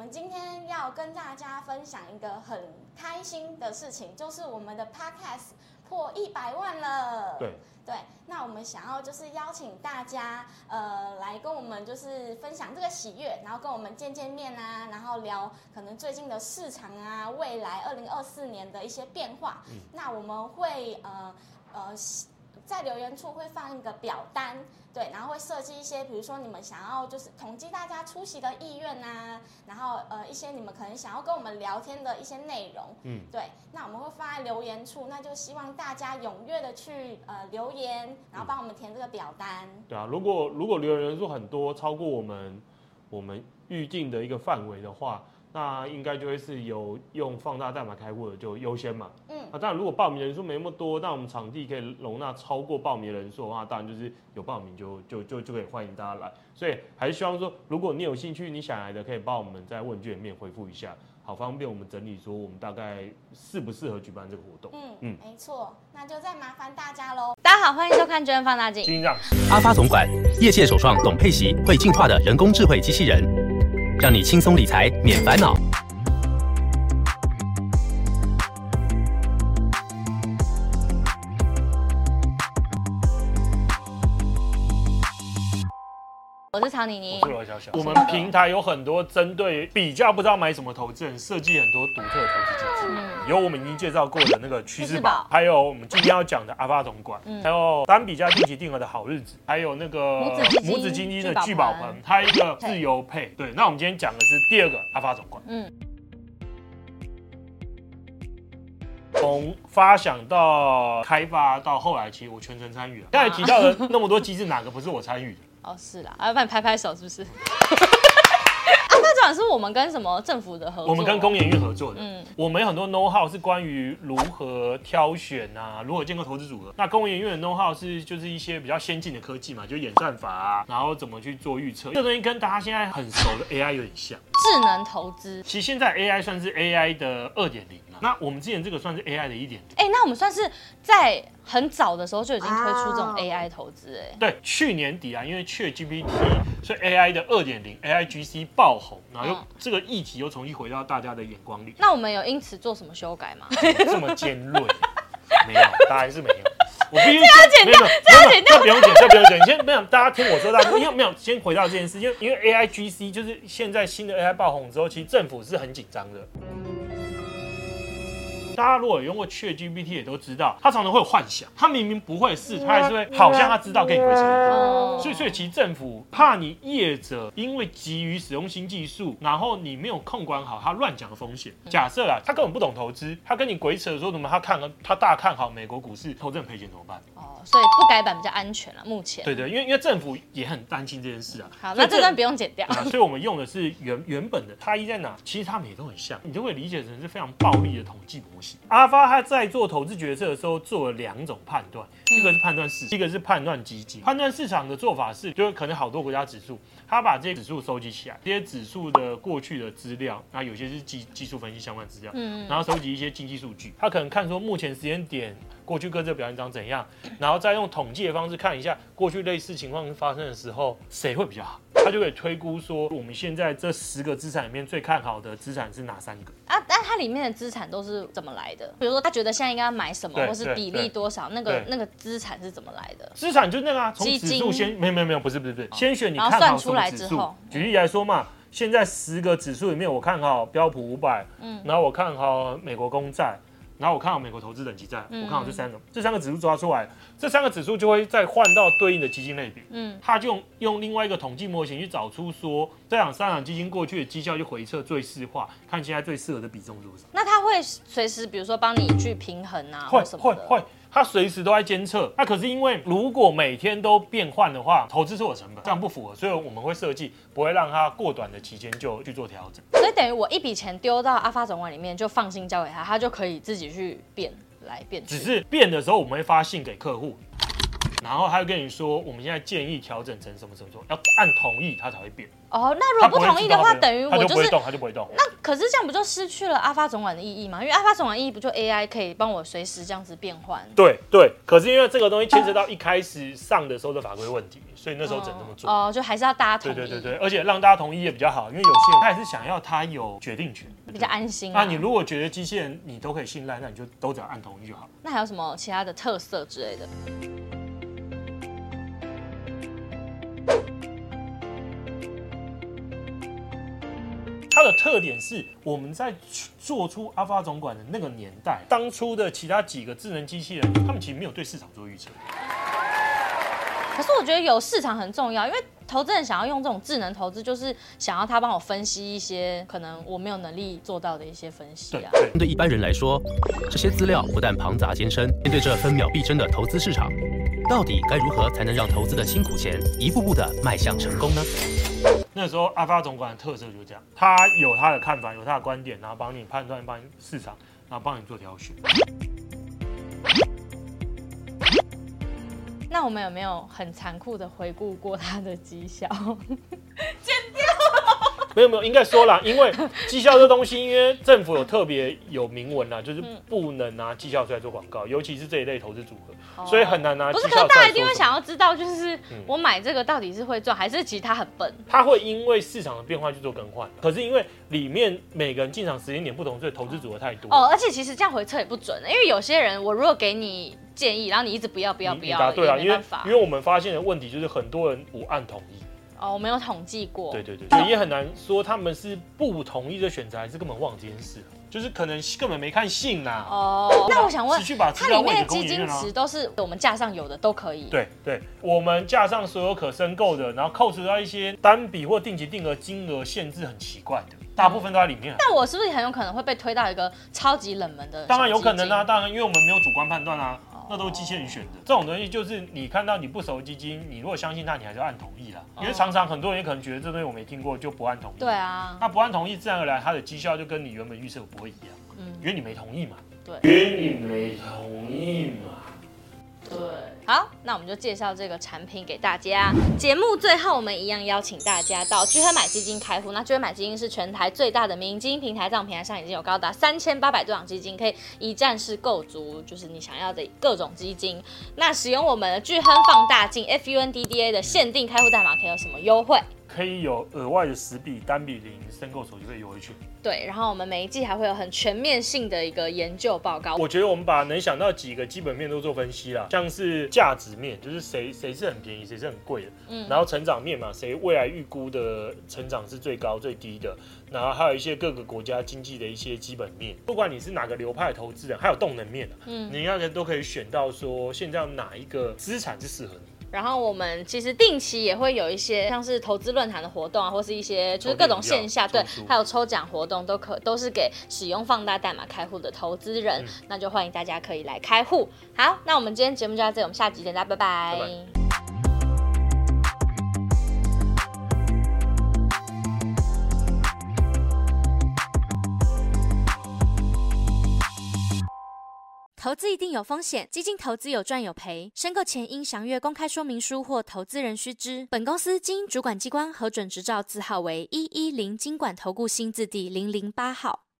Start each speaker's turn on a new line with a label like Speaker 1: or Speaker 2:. Speaker 1: 们今天要跟大家分享一个很开心的事情，就是我们的 podcast 破一百万了。
Speaker 2: 对，
Speaker 1: 对，那我们想要就是邀请大家，呃，来跟我们就是分享这个喜悦，然后跟我们见见面啊，然后聊可能最近的市场啊，未来二零二四年的一些变化。那我们会呃呃在留言处会放一个表单，对，然后会设计一些，比如说你们想要就是统计大家出席的意愿啊，然后呃一些你们可能想要跟我们聊天的一些内容，
Speaker 2: 嗯，
Speaker 1: 对，那我们会放在留言处，那就希望大家踊跃的去呃留言，然后帮我们填这个表单，
Speaker 2: 对啊，如果如果留言人数很多，超过我们我们预定的一个范围的话，那应该就会是由用放大代码开户的就优先嘛。
Speaker 1: 嗯，
Speaker 2: 啊，当然如果报名人数没那么多，但我们场地可以容纳超过报名人数的话，当然就是有报名就就就就可以欢迎大家来。所以还是希望说，如果你有兴趣，你想来的，可以帮我们在问卷里面回复一下，好方便我们整理说我们大概适不适合举办这个活动。
Speaker 1: 嗯
Speaker 2: 嗯
Speaker 1: 没错，那就再麻烦大家喽。大家好，欢迎收看《真人放大镜》，
Speaker 2: 金让
Speaker 3: 阿发总管，业界首创董佩奇会进化的人工智慧机器人，让你轻松理财免烦恼。
Speaker 4: 我是曹妮妮
Speaker 5: 我是。罗小小。
Speaker 2: 我们平台有很多针对比较不知道买什么投资人设计很多独特的投资机制，
Speaker 4: 嗯，
Speaker 2: 有我们已经介绍过的那个趋
Speaker 4: 趋
Speaker 2: 势
Speaker 4: 势
Speaker 2: 宝
Speaker 4: 宝，
Speaker 2: 还有我们今天要讲的阿发总管，
Speaker 4: 嗯
Speaker 2: 还有单笔加定期定额的好日子，还有那个
Speaker 4: 母子基金
Speaker 2: 母子基金的聚
Speaker 4: 聚
Speaker 2: 宝
Speaker 4: 宝
Speaker 2: 盆
Speaker 4: 盆，
Speaker 2: 还有一个自由配。对，那我们今天讲的是第二个阿发总管，嗯
Speaker 4: 嗯，
Speaker 2: 从发想到开发到后来，其实我全程参与了。刚才提到的
Speaker 4: 啊
Speaker 2: 那么多机制，哪个不是我参与的？
Speaker 4: 哦是啦，要不然拍拍手是不是？ 啊，那转是我们跟什么政府的合作？
Speaker 2: 我们跟工研院合作的，
Speaker 4: 嗯
Speaker 2: 我们有很多 know how 是关于如何挑选啊，如何建构投资组合。那工研院的 know how 是就是一些比较先进的科技嘛，就演算法啊，然后怎么去做预测，这东西跟大家现在很熟的 AI 有点像。
Speaker 4: 智能投资。
Speaker 2: 其实现在 AI 算是 AI 的二点零了，那我们之前这个算是 AI 的一点零。
Speaker 4: 哎、那我们算是在很早的时候就已经推出这种
Speaker 1: 啊
Speaker 4: AI 投资、哎、
Speaker 2: 对，去年底啊，因为 ChatGPT，所以 AI 的二点零 AIGC 爆红，然后又、
Speaker 4: 嗯
Speaker 2: 这个议题又重新回到大家的眼光里。
Speaker 4: 那我们有因此做什么 修改吗？
Speaker 2: 这么尖锐， 没有，大家还是没有。我必须这没有，这要剪掉，这不用剪，这不用剪。你先没有，大家听我说，大家因为没有，先回到这件事，因为因为 A I G C 就是现在新的 A I 爆红之后，其实政府是很紧张的。大家如果有用过 Chat GPT 也都知道，它常常会有幻想，它明明不会的事，它还是会好像它知道给你回什么。
Speaker 4: 哦
Speaker 2: 所以，所以其实政府怕你业者因为急于使用新技术，然后你没有控管好他乱讲的风险。假设啦，他根本不懂投资，他跟你鬼扯说什么他看了他大看好美国股市，投资人赔钱怎么办？
Speaker 4: 哦，所以不改版比较安全了，目前。
Speaker 2: 对对，因为因为政府也很担心这件事啊。
Speaker 4: 好，
Speaker 2: 所以
Speaker 4: 那这段不用剪掉。
Speaker 2: 啊，所以我们用的是原原本的差异在哪？其实他们也都很像，你就会理解成是非常暴力的统计模型。阿发他在做投资决策的时候做了两种判断，一个是判断市，一个是判断基金。判断市场的做法是，就是可能好多国家指数，他把这些指数收集起来，这些指数的过去的资料，那有些是技技术分析相关资料，
Speaker 4: 嗯，
Speaker 2: 然后收集一些经济数据，他可能看说目前时间点过去各自的表现长怎样，然后再用统计的方式看一下过去类似情况发生的时候谁会比较好，他就可以推估说我们现在这十个资产里面最看好的资产是哪三个。
Speaker 4: 啊，但它里面的资产都是怎么来的？比如说，他觉得现在应该要买什么
Speaker 2: 对，
Speaker 4: 或是比
Speaker 2: 对对
Speaker 4: 例多少，那个
Speaker 2: 对
Speaker 4: 那个资产是怎么来的？
Speaker 2: 资产就那个啊，从
Speaker 4: 基
Speaker 2: 指
Speaker 4: 金哦
Speaker 2: 数先没有没有没有，不是不是不是，先选你
Speaker 4: 然后
Speaker 2: 看好
Speaker 4: 算
Speaker 2: 什
Speaker 4: 出
Speaker 2: 么
Speaker 4: 来
Speaker 2: 指
Speaker 4: 之
Speaker 2: 数
Speaker 4: 后。
Speaker 2: 举例来说嘛，现在十个指数里面，我看好标普五百，嗯，然后我看好美国公债，然后我看好美国投资等级债，
Speaker 4: 嗯
Speaker 2: 我看好这三个，这三个指数抓出来，这三个指数就会再换到对应的基金类别。
Speaker 4: 嗯，
Speaker 2: 他就用用另外一个统计模型去找出说这两三档基金过去的绩效去回测最适化，看现在最适合的比重是多少。
Speaker 4: 那他会随时，比如说帮你去平衡啊，
Speaker 2: 会
Speaker 4: 或什
Speaker 2: 会
Speaker 4: 么的。
Speaker 2: 会，它随时都在监测。那可是因为如果每天都变换的话，投资是我成本，这样不符合，所以我们会设计不会让它过短的期间就去做调整。
Speaker 4: 所以等于我一笔钱丢到阿发总管里面，就放心交给他，他就可以自己去变来变去。
Speaker 2: 只是变的时候，我们会发信给客户。然后他会跟你说，我们现在建议调整成什么什么什么，要按同意它才会变。
Speaker 4: 哦，那如果不同意的
Speaker 2: 它
Speaker 4: 话，
Speaker 2: 会
Speaker 4: 等于
Speaker 2: 它
Speaker 4: 我
Speaker 2: 就不
Speaker 4: 就
Speaker 2: 会
Speaker 4: 是啊
Speaker 2: 动，它就不会动。
Speaker 4: 那可是这样不就失去了阿发总管的意义吗？因为阿发总管意义不就 AI 可以帮我随时这样子变换？
Speaker 2: 对对，可是因为这个东西牵涉到一开始上的时候的法规问题，所以那时候只能这么做。
Speaker 4: 哦，就还是要大家同
Speaker 2: 对
Speaker 4: 意，
Speaker 2: 对对对，而且让大家同意也比较好，因为有些人他也是想要他有决定权。
Speaker 4: 比较安心、啊。
Speaker 2: 那你如果觉得机器人你都可以信赖，那你就都只要按同意就好。
Speaker 4: 那还有什么其他的特色之类的？
Speaker 2: 它的特点是，我们在做出阿发总管的那个年代，当初的其他几个智能机器人，他们其实没有对市场做预测。
Speaker 4: 可是我觉得有市场很重要，因为投资人想要用这种智能投资，就是想要他帮我分析一些可能我没有能力做到的一些分析
Speaker 2: 对
Speaker 4: 啊。
Speaker 2: 对，
Speaker 3: 对一般人来说，这些资料不但庞杂艰深，面对这分秒必争的投资市场，到底该如何才能让投资的辛苦钱一步步的迈向成功呢？
Speaker 2: 那时候阿发总管的特色就是这样，他有他的看法，有他的观点，然后帮你判断，帮你市场，然后帮你做挑选。
Speaker 4: 那我们有没有很残酷的回顾过它的绩效？
Speaker 2: 没有没有，应该说啦，因为绩效这东西，因为政府有特别有明文啦，就是不能拿绩效出来做广告，尤其是这一类投资组合，所以很难拿
Speaker 4: 哦不
Speaker 2: 绩
Speaker 4: 是，可
Speaker 2: 效
Speaker 4: 是
Speaker 2: 出
Speaker 4: 大
Speaker 2: 来做
Speaker 4: 家一定会
Speaker 2: 广告
Speaker 4: 想要知道，就是
Speaker 2: 嗯
Speaker 4: 我买这个到底是会赚，还是其实它很笨？
Speaker 2: 它会因为市场的变化去做更换。可是因为里面每个人进场时间点不同，所以投资组合太多。
Speaker 4: 哦，而且其实这样回测也不准，因为有些人我如果给你建议，然后你一直不要不
Speaker 2: 你
Speaker 4: 要不
Speaker 2: 你答
Speaker 4: 要，
Speaker 2: 对啊，
Speaker 4: 也
Speaker 2: 因为
Speaker 4: 没办法
Speaker 2: 因为。我们发现的问题就是很多人不按同意。
Speaker 4: 哦，我没有统计过。
Speaker 2: 对对对，所以也很难说他们是不同意这选择，还是根本忘了这件事，就是可能根本没看信啦。
Speaker 4: 哦，那我想问
Speaker 2: 持，续把
Speaker 4: 它
Speaker 2: 资料
Speaker 4: 里
Speaker 2: 喂
Speaker 4: 面
Speaker 2: 给
Speaker 4: 的
Speaker 2: 公
Speaker 4: 基
Speaker 2: 营
Speaker 4: 金
Speaker 2: 院啊
Speaker 4: 池。都是我们架上有的都可以。
Speaker 2: 对对，我们架上所有可申购的，然后扣除掉一些单笔或定期定额金额限制很奇怪的，大部分都在里面。啊
Speaker 4: 那我是不是很有可能会被推到一个超级冷门的？
Speaker 2: 当然有可能啊，。当然，因为我们没有主观判断啊，
Speaker 4: 哦
Speaker 2: 那都是机器人选的。这种东西就是你看到你不熟的基金，你如果相信它，你还是要按同意啦。因为常常很多人也可能觉得这东西我没听过，就不按同意。
Speaker 4: 哦对，啊，
Speaker 2: 那不按同意，自然而然它的绩效就跟你原本预测不会一样，
Speaker 4: 嗯，
Speaker 2: 因为你没同意嘛。
Speaker 4: 对
Speaker 2: 因为你没同意嘛。
Speaker 4: 对。好，那我们就介绍这个产品给大家。节目最后，我们一样邀请大家到聚合买基金开户。那聚合买基金是全台最大的民营基金平台，在我们平台上已经有高达三千八百多档基金，可以一站式购足，就是你想要的各种基金。那使用我们的聚亨放大镜 FUNDDA 的限定开户代码，可以有什么优惠？
Speaker 2: 可以有额外的十笔单笔零申购手续费优惠券。
Speaker 4: 对，然后我们每一季还会有很全面性的一个研究报告。
Speaker 2: 我觉得我们把能想到几个基本面都做分析啦，像是价值面，就是谁谁是很便宜，谁是很贵的，
Speaker 4: 嗯
Speaker 2: 然后成长面嘛，谁未来预估的成长是最高最低的，然后还有一些各个国家经济的一些基本面，不管你是哪个流派的投资人，还有动能面、啊、
Speaker 4: 嗯，
Speaker 2: 你应该都可以选到说现在哪一个资产是适合你，
Speaker 4: 然后我们其实定期也会有一些像是投资论坛的活动啊，或是一些就是各种线下
Speaker 2: 抽
Speaker 4: 对
Speaker 2: 奖抽书，
Speaker 4: 还有抽奖活动都可都是给使用放大代码开户的投资人，
Speaker 2: 嗯
Speaker 4: 那就欢迎大家可以来开户。好，那我们今天节目就到这里，我们下集见，大家拜
Speaker 2: 拜
Speaker 4: 拜
Speaker 2: 拜
Speaker 5: 投资一定有风险，基金投资有赚有赔。申购前应详阅公开说明书或投资人须知。本公司经主管机关核准执照字号为一一零金管投顾新字第零零八号。